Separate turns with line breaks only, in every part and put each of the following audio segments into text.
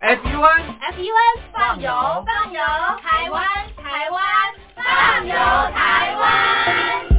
FUN
F U N
放油
放油台湾台湾放油台湾。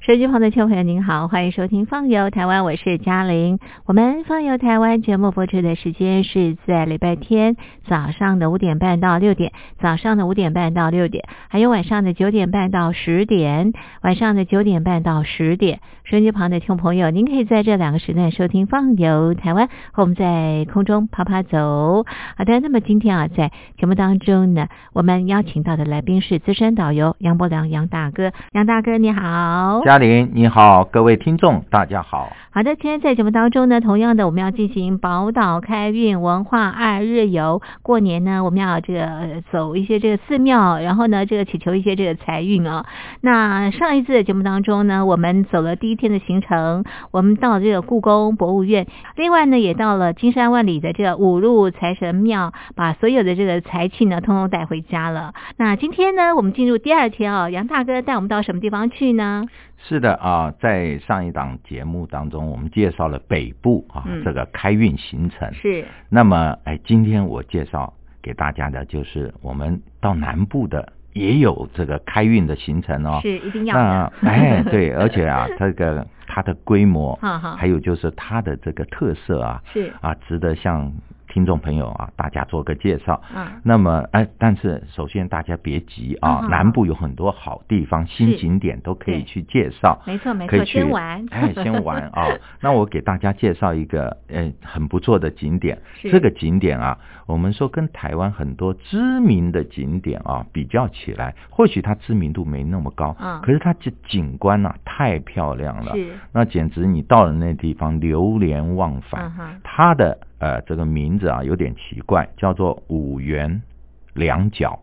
手机旁的听众朋友您好，欢迎收听《放游台湾》，我是嘉玲。我们《放游台湾》节目播出的时间是在礼拜天早上的五点半到六点，早上的五点半到六点，还有晚上的九点半到十点，晚上的九点半到十点。收音机旁的听众朋友，您可以在这两个时段收听《放游台湾》，和我们在空中爬爬走。好的，那么今天啊，在节目当中呢，我们邀请到的来宾是资深导游杨伯良杨大哥，杨大哥你好。
嘉玲，你好，各位听众，大家好。
好的，今天在节目当中呢，同样的我们要进行宝岛开运文化二日游。过年呢，我们要这个呃走一些这个寺庙，然后呢，这个祈求一些这个财运啊、那上一次的节目当中呢，我们走了第一天的行程，我们到了这个故宫博物院，另外呢，也到了金山万里的这个五路财神庙，把所有的这个财气呢，通通带回家了。那今天呢，我们进入第二天啊、杨大哥带我们到什么地方去呢？
是的啊，在上一档节目当中，我们介绍了北部啊、
嗯
这个开运行程。
是
那么，哎，今天我介绍给大家的就是我们到南部的也有这个开运的行程哦。
是，一定要
那
的。
哎，对，而且啊，这个它的规模，啊
哈哈
还有就是它的这个特色啊，
是
啊，值得向听众朋友啊大家做个介绍。
啊。
那么，哎，但是首先大家别急啊，
嗯
南部有很多好地方、新景点都可以
对
去介绍，
没错没
可以
错，
去。
先玩
哎，先玩啊。 那我给大家介绍一个，哎，很不错的景点。
是
这个景点啊，我们说跟台湾很多知名的景点啊比较起来，或许它知名度没那么高，
嗯
可是它这景观啊太漂亮了，
是嗯
那简直你到了那地方流连忘返。
嗯哼
它的呃这个名字啊有点奇怪，叫做五元两角。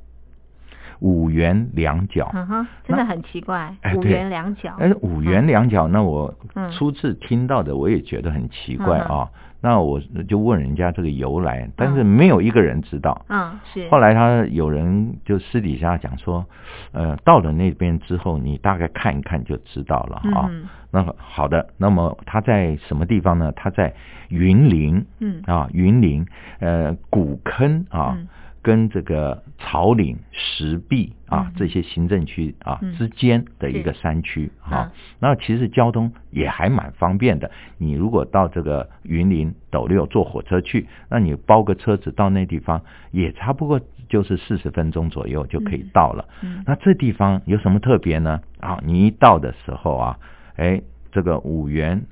五元两角，
嗯哼，真的很奇怪
哎，
五
对
元两角。
哎，五元两角，那我
嗯
初次听到的，我也觉得很奇怪啊、那我就问人家这个由来，但是没有一个人知道。
嗯，是。
后来他有人就私底下讲说，呃，到了那边之后，你大概看一看就知道了啊、
嗯
那好的，那么它在什么地方呢？它在云林，
嗯
啊，云林，呃，古坑啊，
嗯
跟这个草岭、石壁啊、
嗯
这些行政区啊、
嗯
之间的一
是
个山区
嗯。
啊那其实交通也还蛮方便的。你如果到这个云林斗六坐火车去，那你包个车子到那地方，也差不多就是四十分钟左右就可以
嗯
到了。
嗯
那这地方有什么特别呢？啊，你一到的时候啊，哎，这个五元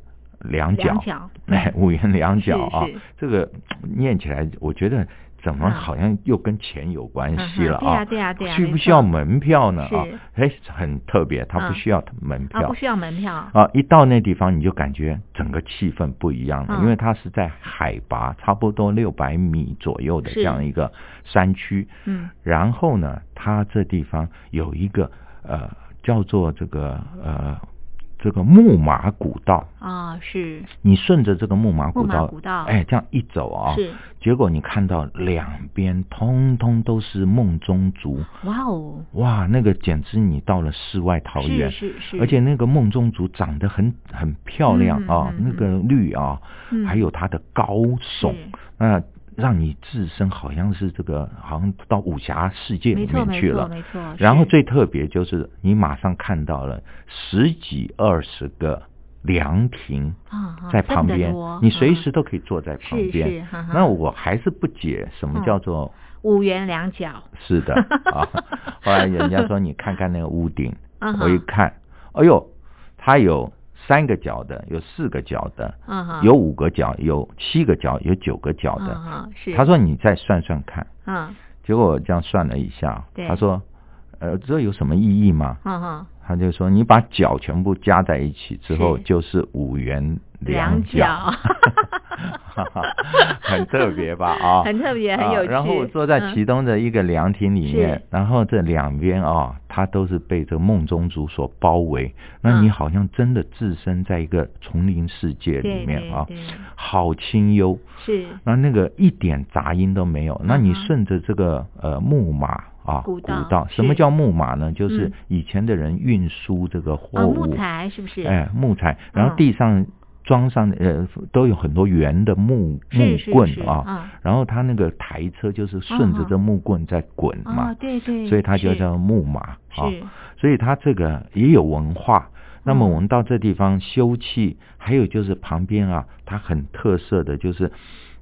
两角，
两角
哎， 五元两角啊
是是，
这个念起来，我觉得怎么
嗯
好像又跟钱有关系了
嗯
啊？
哼对呀对呀对呀
需不
没
需要
错
门票呢？啊
是，
哎，很特别，它不
嗯
需要门
啊，
票
不。需要门票。
啊，一到那地方你就感觉整个气氛不一样了，
嗯
因为它是在海拔差不多六百米左右的
是
这样一个山区。
嗯，
然后呢，它这地方有一个呃叫做这个呃这个木马古道，
啊，是
你顺着这个木马古
木马
道，
古道
哎，这样一走啊、
是。
结果你看到两边通通都是梦中竹，
哇哦，
哇，那个简直你到了世外桃
是
源。
是是，
而且那个梦中竹长得很很漂亮啊，
嗯嗯嗯
那个绿啊，
嗯
还有它的高耸
是，
那让你置身好像是这个，好像到武侠世界
没
里
错
面
没
去
错
了。
没错
然后
是
最特别就是你马上看到了十几二十个凉亭
啊啊
在
这么
旁
的
边
多，
你随
嗯
时都可以坐在旁
是是
边
哈哈。
那我还是不解什么
啊嗯
叫做
五元两角。
是的啊。后来人家说你看看那个屋顶，
嗯
我一
哼
看，哎呦，它有三个角的，有四个角的，
嗯哼，
有五个角，有七个角，有九个角
嗯
的。
哼是。
他说你再算算看，
嗯
结果我这样算了一下，
对
他说，呃，这有什么意义吗？
嗯哼
他就说你把角全部加在一起之后
是
就是五元
两
角
角，
哈哈， 很特别吧？啊，
很特别很有
啊然后我
趣
坐在
嗯
其中的一个凉亭里面
是，
然后这两边啊，它都是被这梦中竹所包围，那你
嗯
好像真的置身在一个丛林世界里
对
面啊
对对，
好清幽。
是啊
那那个一点杂音都没有。那你
嗯哼
顺着这个呃木马啊
古道
什么
是
叫木马呢？就是
嗯
以前的人运输这个货
啊
物，哎
木材是不是？
哎木材，然后
嗯
地上装上呃都有很多圆的木木
是是
棍
是
啊，
啊
然后它那个台车就是顺着
嗯
这木棍在滚嗯嘛，
哦，对对，
所以它就是叫木马啊。
是
所以它这个也有文化。那么
嗯
我们到这地方休憩，还有就是旁边啊，它很特色的就是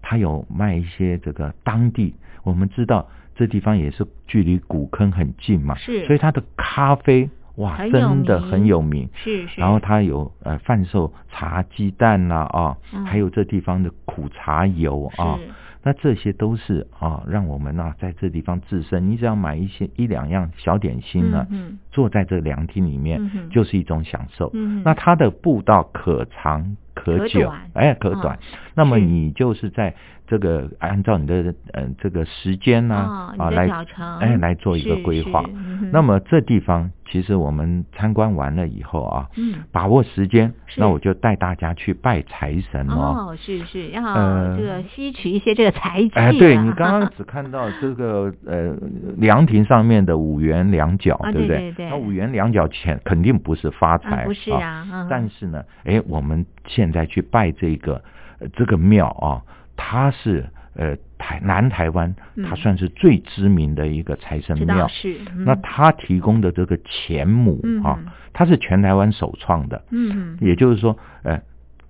它有卖一些这个当地，我们知道这地方也是距离古坑很近嘛，
是
啊所以它的咖啡哇
很有
真的很
名
有名。
是是，
然后它有呃贩售茶、鸡蛋啦啊，
嗯
还有这地方的苦茶油啊，
是
那这些都是啊，让我们啊在这地方自身，你只要买一些一两样小点心呢，
嗯
坐在这凉亭里面、
嗯哼
就是一种享受。
嗯哼
那它的步道可长可
可
久，
短
哎，可
嗯
短。那么
是
你就是在这个按照你的呃这个时间呢
哦
啊
你的
来
脚程
哎来做一个
是
规
是
划
嗯哼。
那么这地方其实我们参观完了以后啊，
嗯
把握时间，
是
那我就带大家去拜财神哦。
哦，是是要
呃
这个吸取一些这个财气啊。
哎，对你刚刚只看到这个呃凉亭上面的五元两角，
啊
对不
对对对
那五元两角钱肯定不是发财，
啊不是啊嗯
但是呢，哎，我们现在去拜这个、呃这个庙啊，它是呃台南台湾，它
嗯
算是最知名的一个财神
知
庙
道。是
那
嗯
它提供的这个钱母啊
嗯，
它是全台湾首创的。
嗯
也就是说，呃，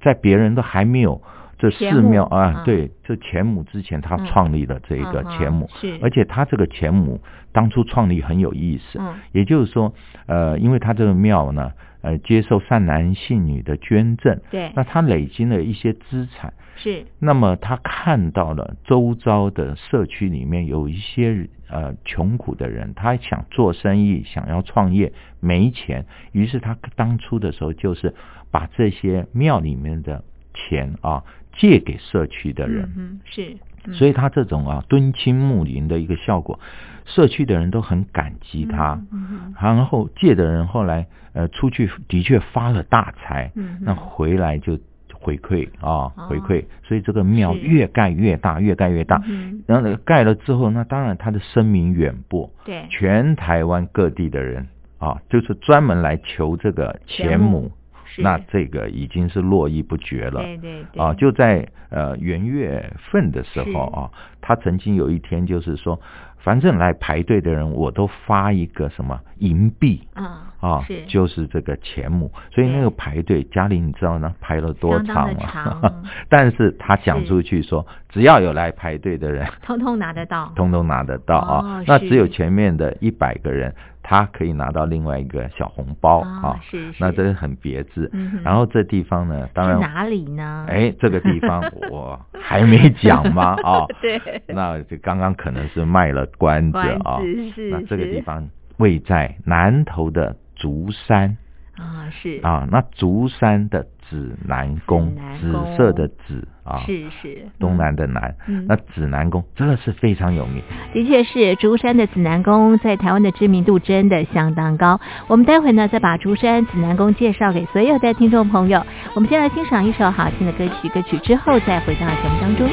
在别人都还没有这
钱
寺
母
庙
嗯
啊，对，这钱母之前，他
嗯
创立了这一个
嗯哼
钱母，
是
而且他这个钱母当初创立很有意思，
嗯
也就是说，呃，因为他这个庙呢，呃，接受善男信女的捐赠，
对
那他累积了一些资产，
是
那么他看到了周遭的社区里面有一些呃穷苦的人，他想做生意，想要创业，没钱，于是他当初的时候就是把这些庙里面的钱啊借给社区的人，
嗯哼是嗯
所以他这种啊敦亲睦邻的一个效果，社区的人都很感激他。
嗯嗯哼
然后借的人后来呃出去的确发了大财，
嗯哼
那回来就回馈啊、
哦
回馈，所以这个庙
是
越盖越大，越盖越大。
嗯
然后呢盖了之后，那当然它的声名远播，
对
全台湾各地的人啊，就是专门来求这个钱
钱母
母，
是
那这个已经是络绎不绝了。
对对对
啊，就在呃元月份的时候
是
啊，他曾经有一天就是说，反正来排队的人，我都发一个什么银币
啊
啊，
是
就是这个钱母，所以那个
对
排队，嘉玲你知道呢排了多
相当
长
的
吗？
长
但是他讲
是
出去说，只要有来排队的人，
通通拿得到
通通拿得到啊。
哦
那
是
只有前面的一百个人，他可以拿到另外一个小红包
啊
啊。
是是
那这个很别致。
嗯哼
然后这地方呢，当
是
然
哪里呢？
哎，这个地 方我还没讲嘛啊、
对
那就刚刚可能是卖了关子
关
啊、
子是
那这个
是
地方位在南投的竹山
啊是
啊，那竹山的指南宫
指，南
紫
宫
色的紫啊，
是是
东南的南，
嗯
那指南宫这个是非常有名。
的确是，竹山的指南宫在台湾的知名度真的相当高。我们待会呢再把竹山指南宫介绍给所有的听众朋友。我们先来欣赏一首好听的歌曲，歌曲之后再回到节目当中。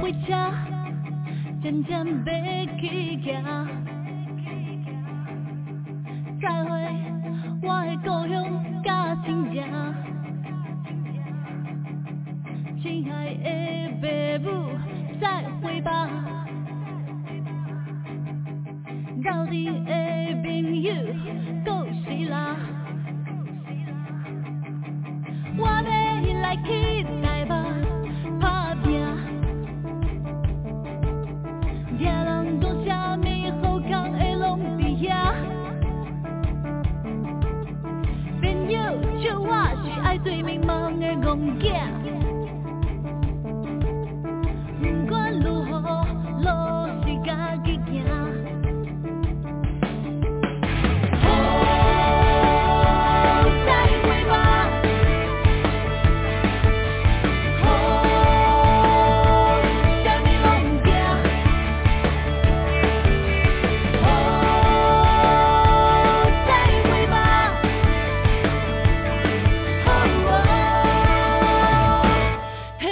回家，渐渐要起行，再会我的故乡甲亲情，亲爱的爸母，再会吧，到底的朋友，故是啦。我要来去台北打拼。听人讲啥物好康的拢伫遐，朋友笑我是爱对迷茫的戆囝。不管如何，路是家己行。好，再会吧。好，啥物拢不惊。哦，再会吧。哦，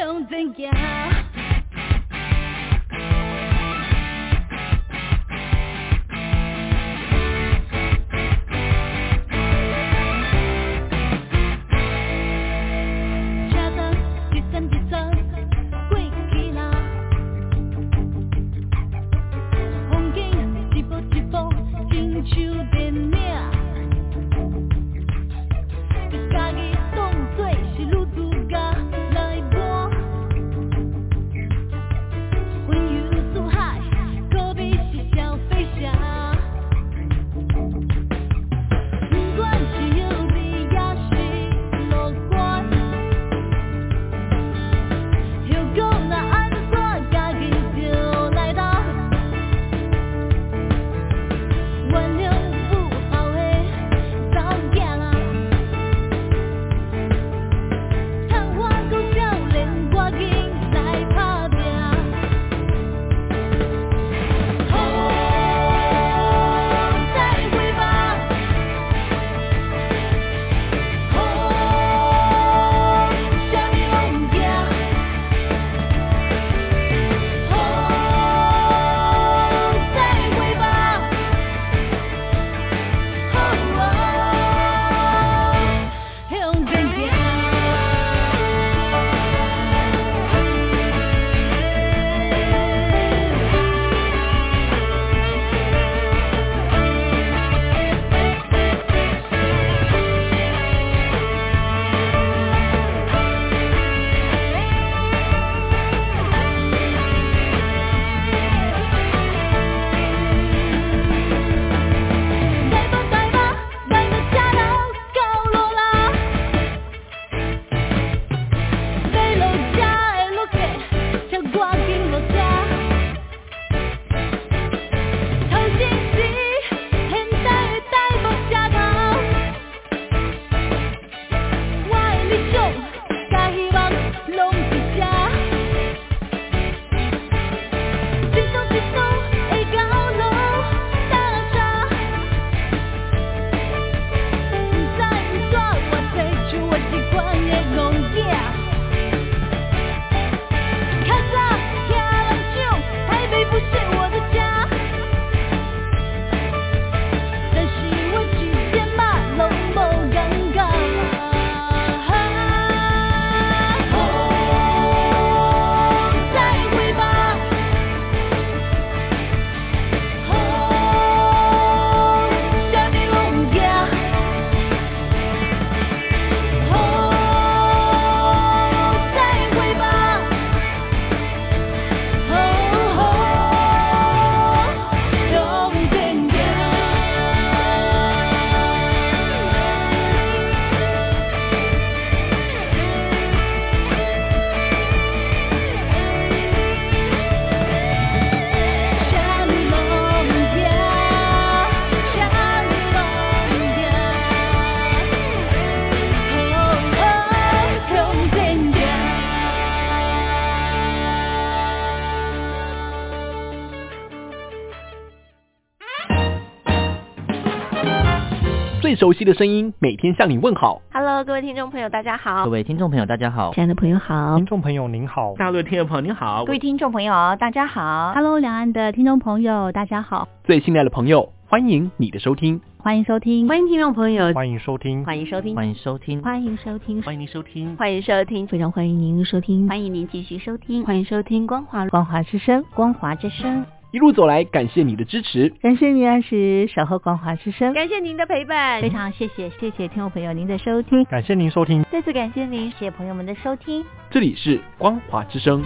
最熟悉的声音，每天向你问好。
Hello，各位听众朋友，大家好。
各位听众朋友，大家好。
亲爱的朋友好
听，众朋友您好，
大陆的听众朋友您好，
各位听众朋友，大家好。
Hello，两岸的听众朋友，大家好，
最信赖的朋友，欢迎你的收听。
欢迎收听，
欢迎听众朋友，
欢迎收听，
欢迎收听，
欢迎收听，
欢迎收听，
欢迎您收听，
欢迎收听，
非常欢迎您收听，
欢迎您继续收听
欢迎收听光华
光华之声。
光华之声。
一路走来，感谢你的支持。
人生米二十，守候光华之声。
感谢您的陪伴
非。常谢谢，
谢谢听众朋友您的收听，
感谢您收听。
再次感谢您
谢。谢朋友们的收听。
这里是光华之声。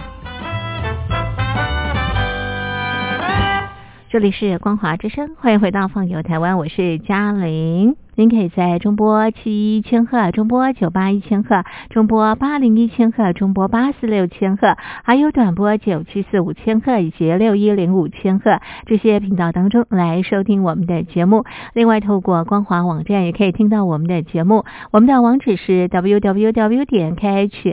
这里是光华之声，欢迎回到放游台湾，我是嘉玲。您可以在中波七一千赫、中波九八一千赫、中波八零一千赫、中波八四六千赫，还有短波九七四五千赫以及六一零五千赫这些频道当中来收听我们的节目。另外，透过光华网站也可以听到我们的节目。我们的网址是 www 点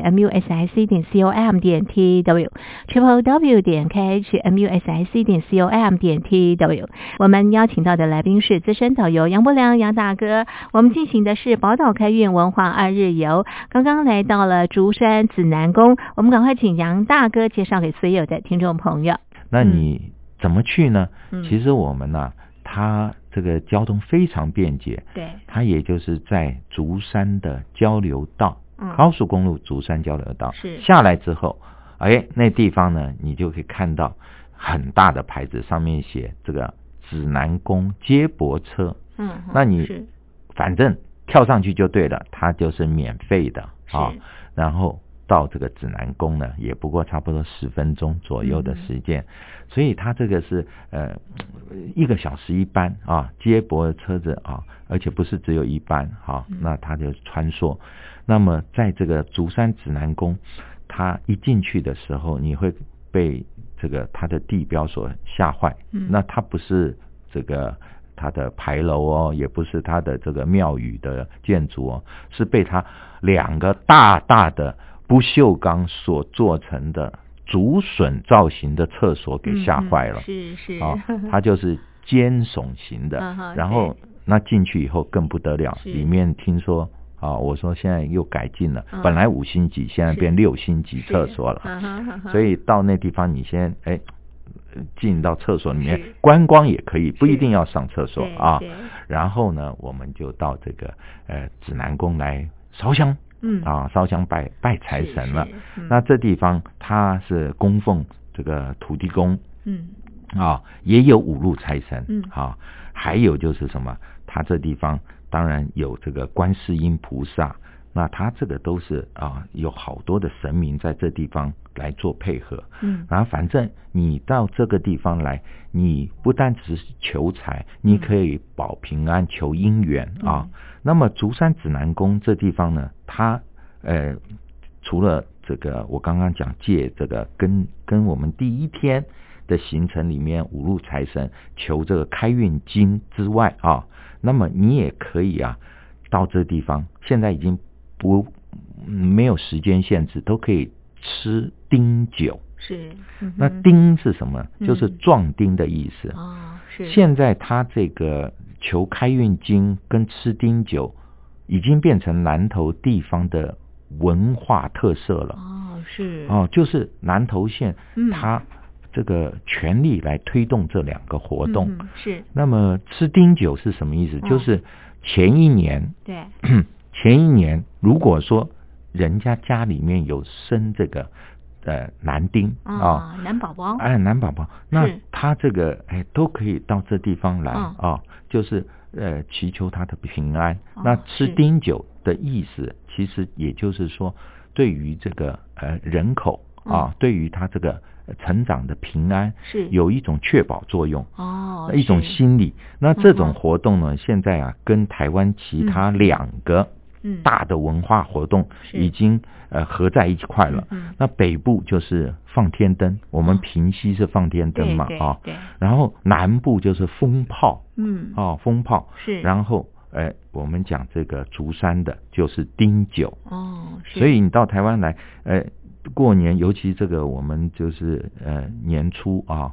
khmusic 点 com 点 tw triple w 点 khmusic 点 com 点 tw。我们邀请到的来宾是资深导游杨伯良杨大哥。我们进行的是宝岛开运文化二日游，刚刚来到了竹山指南宫，我们赶快请杨大哥介绍给所有的听众朋友。
那你怎么去呢？
嗯
其实我们呢、它这个交通非常便捷，
对，
它也就是在竹山的交流道，
嗯
高速公路竹山交流道
是
下来之后，哎，那地方呢，你就可以看到很大的牌子，上面写这个指南宫接驳车，
嗯
那你
是
反正跳上去就对了，它就是免费的啊
是。
然后到这个指南宫呢，也不过差不多十分钟左右的时间，所以它这个是呃一个小时一班啊，接驳车子啊，而且不是只有一班啊，那它就穿梭。那么在这个竹山指南宫，它一进去的时候，你会被这个它的地标所吓坏。
嗯
那它不是这个它的牌楼哦，也不是它的这个庙宇的建筑哦，是被它两个大大的不锈钢所做成的竹笋造型的厕所给吓坏了。
嗯是是
啊，它就是尖耸型的
嗯哼，
然后那进去以后更不得了，
是
里面听说啊，我说现在又改进了
嗯，
本来五星级，现在
是嗯
变六星级厕所了，所以到那地方你先哎。呃进到厕所里面
是
观光也可以，不
是
一定要上厕所
对
啊
对。
然后呢，我们就到这个呃指南宫来烧香，
嗯
啊，烧香拜拜财神了
是。是嗯
那这地方它是供奉这个土地公，
嗯
啊，也有五路财神，
嗯
啊，还有就是什么，它这地方当然有这个观世音菩萨，那它这个都是啊，有好多的神明在这地方来做配合，
嗯
然后反正你到这个地方来，你不但只是求财，你可以保平安、求姻缘啊。那么竹山指南宫这地方呢，它呃除了这个我刚刚讲借这个跟跟我们第一天的行程里面五路财神求这个开运金之外啊，那么你也可以啊到这地方，现在已经不嗯没有时间限制，都可以吃丁酒。
是，嗯
那
哼
钉是什么？就是
嗯
壮丁的意思。
哦是
现在他这个求开运经跟吃丁酒，已经变成南投地方的文化特色了。
哦是
哦，就是南投县
嗯，
他这个全力来推动这两个活动。
嗯是
那么吃丁酒是什么意思？
嗯
就是前一年，
对
前一年如果说人家家里面有生这个呃男丁啊、
啊男宝宝
哎，男宝宝，那
是
他这个哎都可以到这地方来啊、
嗯
就是呃祈求他的平安。
哦
那吃
是
丁酒的意思，其实也就是说，对于这个呃人口啊，对于他这个呃成长的平安
嗯是
有一种确保作用。
哦
一种
是
心理，那
嗯
这
哼
种活动呢，现在啊，跟台湾其他两个
嗯
大的文化活动
是
已经呃合在一块了。
嗯哼
那北部就是放天灯，我们平西是放天灯
对
嘛
对
啊，
对
然后南部就是风炮
嗯
啊，风炮，
是
然后呃，我们讲这个竹山的就是丁酒，
哦是
所以你到台湾来，呃，过年尤其这个我们就是呃年初啊，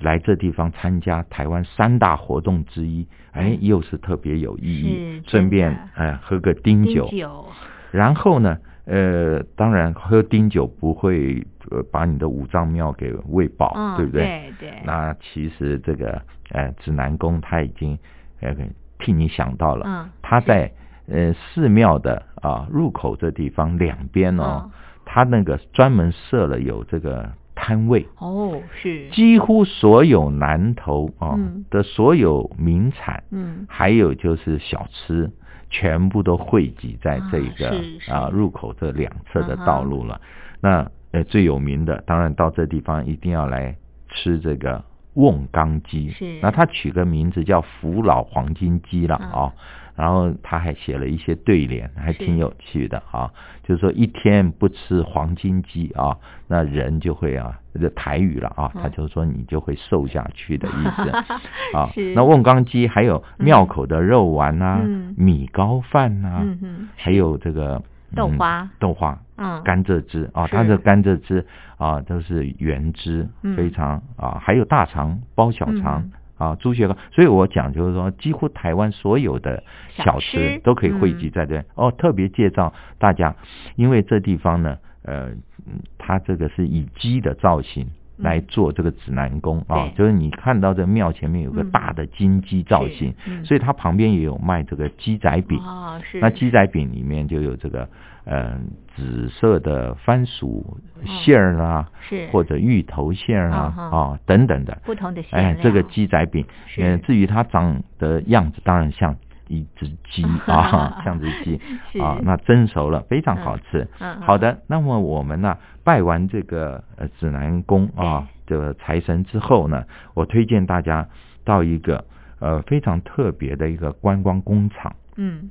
来这地方参加台湾三大活动之一，哎，又是特别有意
嗯是
义
真。的
顺便呃喝个丁酒，
酒
然后呢，呃，当然喝丁酒不会呃把你的五脏庙给喂饱，
嗯，
对不对？
对对，
那其实这个呃指南宫他已经呃替你想到了，
嗯
他在呃寺庙的啊入口这地方两边
嗯
哦，他那个专门设了有这个摊位，
哦是，
几乎所有南投啊、
嗯
的所有名产，
嗯
还有就是小吃，全部都汇集在这一个
啊是是嗯
啊入口这两侧的道路了。那呃最有名的，当然到这地方一定要来吃这个瓮缸鸡，
是
那它取个名字叫福老黄金鸡了啊、
嗯
然后他还写了一些对联，还
是
挺有趣的啊。就是说一天不吃黄金鸡啊，那人就会啊，这台语了啊，
嗯
他就说你就会瘦下去的意 思。啊
是，
那瓮缸鸡还有庙口的肉丸呐、
嗯
米糕饭呐、
嗯嗯
还有这个、
豆花
豆花、
嗯
甘蔗汁啊，
是
它的甘蔗汁啊都是原汁，
嗯
非常啊，还有大肠包小肠。
嗯
啊，猪血糕，所以我讲就是说，几乎台湾所有的
小
小
吃嗯
吃都可以汇集在这、哦，特别介绍大家，因为这地方呢，呃，嗯它这个是以鸡的造型来做这个指南宫、啊
嗯对，
就是你看到这庙前面有个
嗯
大的金鸡造
是
型，
嗯
所以它旁边也有卖这个鸡仔饼。
哦是，
那鸡仔饼里面就有这个，呃，紫色的番薯
嗯
馅儿啊，
是
或者芋头馅儿啊，
嗯
啊、
哼
等等的。
不同的馅料，
哎，这个鸡仔饼，
是
嗯、至于它长的样子，当然像一只 鸡啊，像只鸡啊
是，
那蒸熟了非常好吃。
嗯嗯
好的，那么我们呢、拜完这个呃指南宫啊，这个财神之后呢，我推荐大家到一个呃非常特别的一个观光工厂。
嗯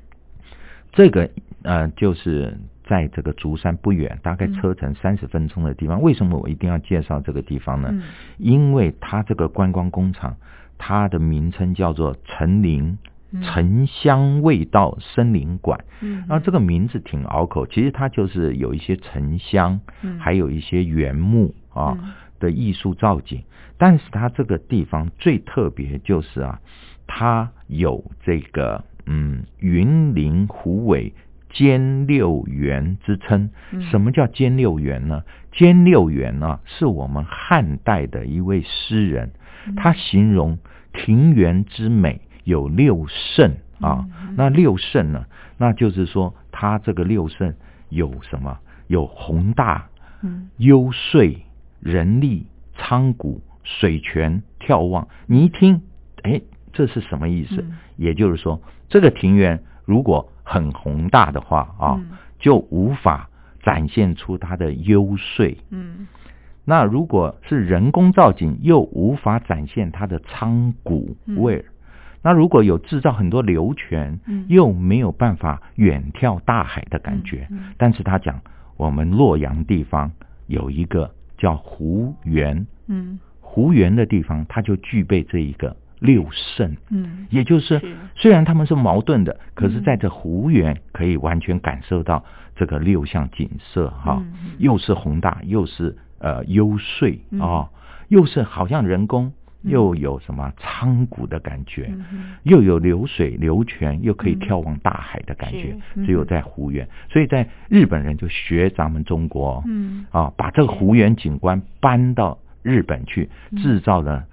这个呃，就是在这个竹山不远，大概车程三十分钟的地方。为什么我一定要介绍这个地方呢？
嗯
因为它这个观光工厂，它的名称叫做陈林
嗯
沉香味道森林馆。
嗯
那这个名字挺拗口，其实它就是有一些沉香，
嗯
还有一些原木啊、
嗯
的艺术造景。但是它这个地方最特别就是啊，它有这个嗯云林虎尾兼六园之称。
嗯
什么叫兼六园呢？兼六园呢、是我们汉代的一位诗人，
嗯
他形容庭园之美有六胜啊。
嗯
那六胜呢，那就是说他这个六胜有什么？有宏大、
嗯
幽邃、人力、仓谷、水泉、眺望。你一听，哎，这是什么意思？
嗯
也就是说，这个庭园如果很宏大的话啊，
嗯
就无法展现出它的幽邃。
嗯
那如果是人工造景，又无法展现它的苍古味儿。那如果有制造很多流泉，
嗯
又没有办法远眺大海的感觉。
嗯嗯
但是他讲，我们洛阳地方有一个叫湖园，
嗯
湖园的地方，它就具备这一个六胜。
嗯
也就是
是
虽然他们是矛盾的，可是
嗯
在这湖园可以完全感受到这个六项景色哈、
嗯嗯
又是宏大，又是呃幽邃
嗯
啊、又是好像人工，
嗯
又有什么苍古的感觉。
嗯嗯
又有流水流泉，又可以
嗯
眺望大海的感觉，
是嗯
只有在湖园。所以在日本人就学咱们中国、哦，
嗯
啊，把这个湖园景观搬到日本去，
嗯
制造了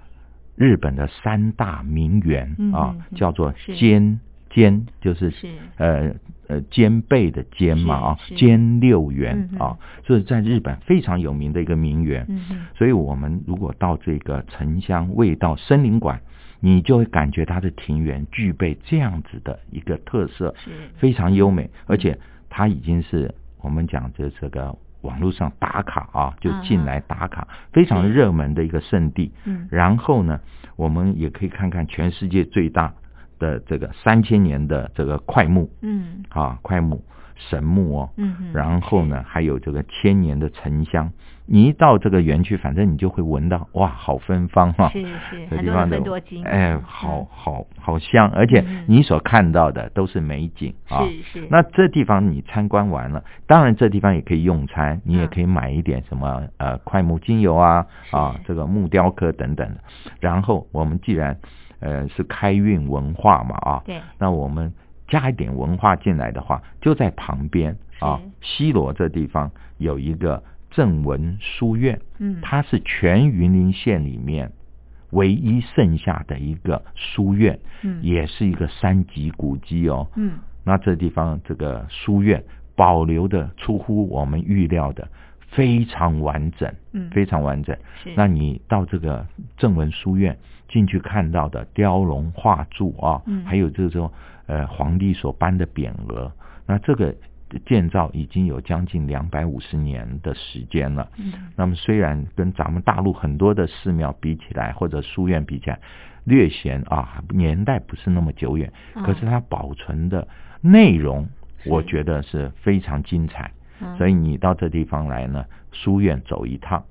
日本的三大名园、
嗯
啊
嗯，嗯
叫做
是
兼兼，就是
是
呃呃兼备的兼嘛啊
是，是
兼六园
嗯嗯
啊，这是在日本非常有名的一个名园。
嗯嗯
所以我们如果到这个沉香味道森林馆，你就会感觉它的庭园具备这样子的一个特色，
是
非常优美，而且它已经是我们讲的这个网络上打卡啊，就进来打卡，非常热门的一个圣地。
嗯
然后呢，我们也可以看看全世界最大的这个三千年的这个快木
嗯
啊，快木。神木哦，
嗯哼
然后呢，还有这个千年的沉香。你一到这个园区，反正你就会闻到，哇，好芬芳哈、
是是
这
很多
地
的
方的
芬多精，
哎，
嗯
好好好香，而且
嗯
你所看到的都是美景啊。
是是，
那这地方你参观完了，当然这地方也可以用餐，你也
嗯
可以买一点什么、呃快木精油啊啊
是
这个木雕刻等等的。然后我们既然呃是开运文化嘛啊，
对，
那我们加一点文化进来的话，就在旁边啊西罗这地方有一个正文书院，
嗯，
它是全云林县里面唯一剩下的一个书院，
嗯
也是一个三级古迹哦。
嗯，
那这地方这个书院保留的出乎我们预料的非常完整，
嗯
非常完整。
是
那你到这个正文书院进去看到的雕龙画柱啊，
嗯
还有这种呃皇帝所颁的匾额，那这个建造已经有将近两百五十年的时间了。那么虽然跟咱们大陆很多的寺庙比起来，或者书院比起来，略显啊年代不是那么久远，
嗯
可是它保存的内容，我
是
觉得是非常精彩。
嗯
所以你到这地方来呢，书院走一趟，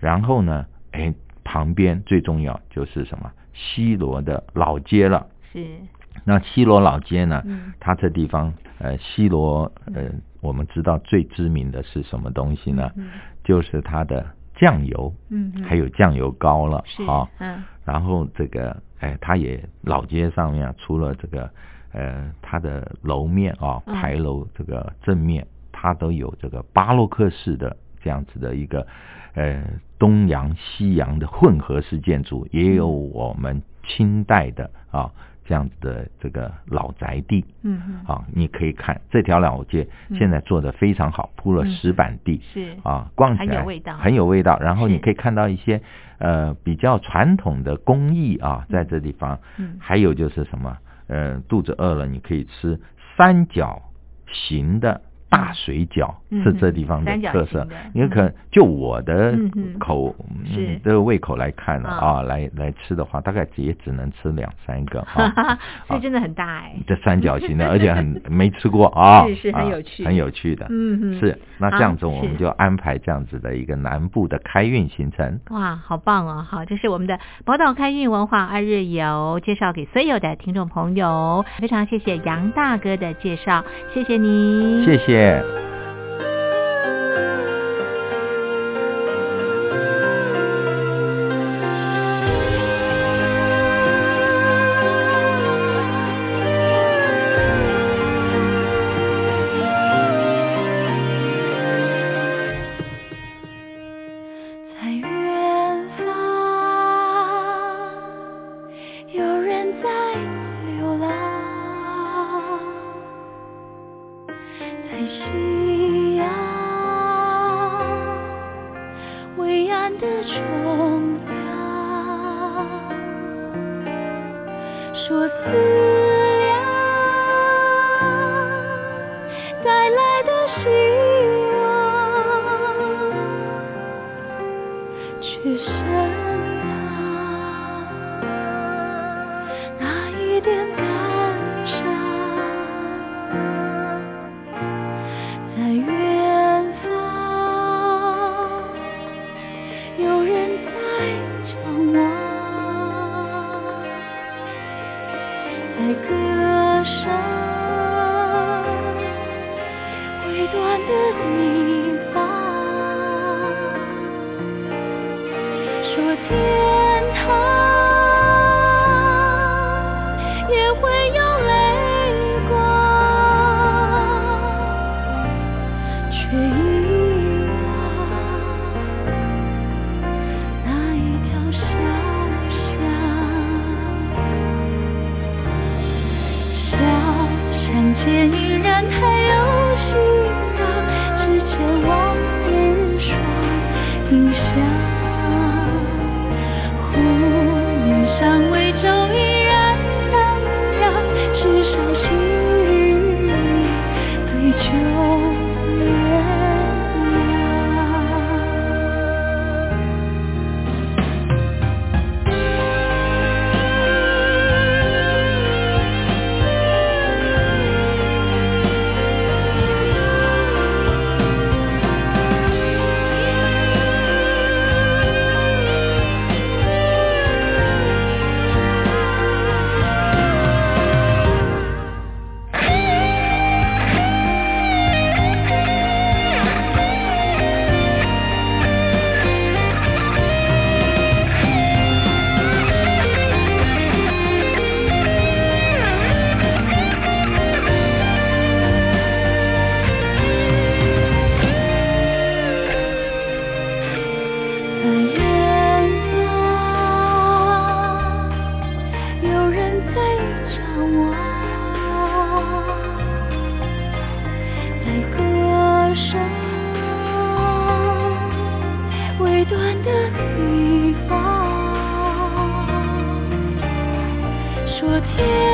然后呢，哎，旁边最重要就是什么西罗的老街了。
是
那西罗老街呢，
嗯
它这地方呃，西罗呃，我们知道最知名的是什么东西呢？
嗯
就是它的酱油，
嗯嗯
还有酱油膏了
是
啊。
嗯
然后这个哎，它也老街上面、啊、除了这个呃它的楼面啊
嗯
牌楼这个正面，它都有这个巴洛克式的这样子的一个呃东洋西洋的混合式建筑，也有我们清代的啊这样子的这个老宅地。
嗯
啊，你可以看这条老街现在做的非常好，铺了
嗯
石板地，
是
啊，逛起
很有
来
味道
很有味道。然后你
是
可以看到一些呃比较传统的工艺啊，在这地方，
嗯
还有就是什么，呃，肚子饿了你可以吃三角形的大水饺，
嗯
是
嗯
这地方的
三角
特色
形的。
你可就我的
嗯嗯
口
是
这个胃口来看呢
啊
啊，来来吃的话，大概也只能吃两三个
哈
啊。
哈，
嗯
这真的很大哎，
这三角形的，而且很没吃过啊，
是是很
啊
有趣
很有趣的，
嗯哼
是。那这
好
样子我
是
们就安排这样子的一个南部的开运行程。
哇，好棒哦！好，这是我们的宝岛开运文化二日游，介绍给所有的听众朋友。非常谢谢杨大哥的介绍，谢谢您，
谢谢。
在远方，有人在流浪，在夕阳微暗的中央，说思量带来的希望。去深藏那一点感伤，在远方有人在张望，在歌声尾端的地方。说天堂也会有泪光，却遗忘那一条小巷，小说天。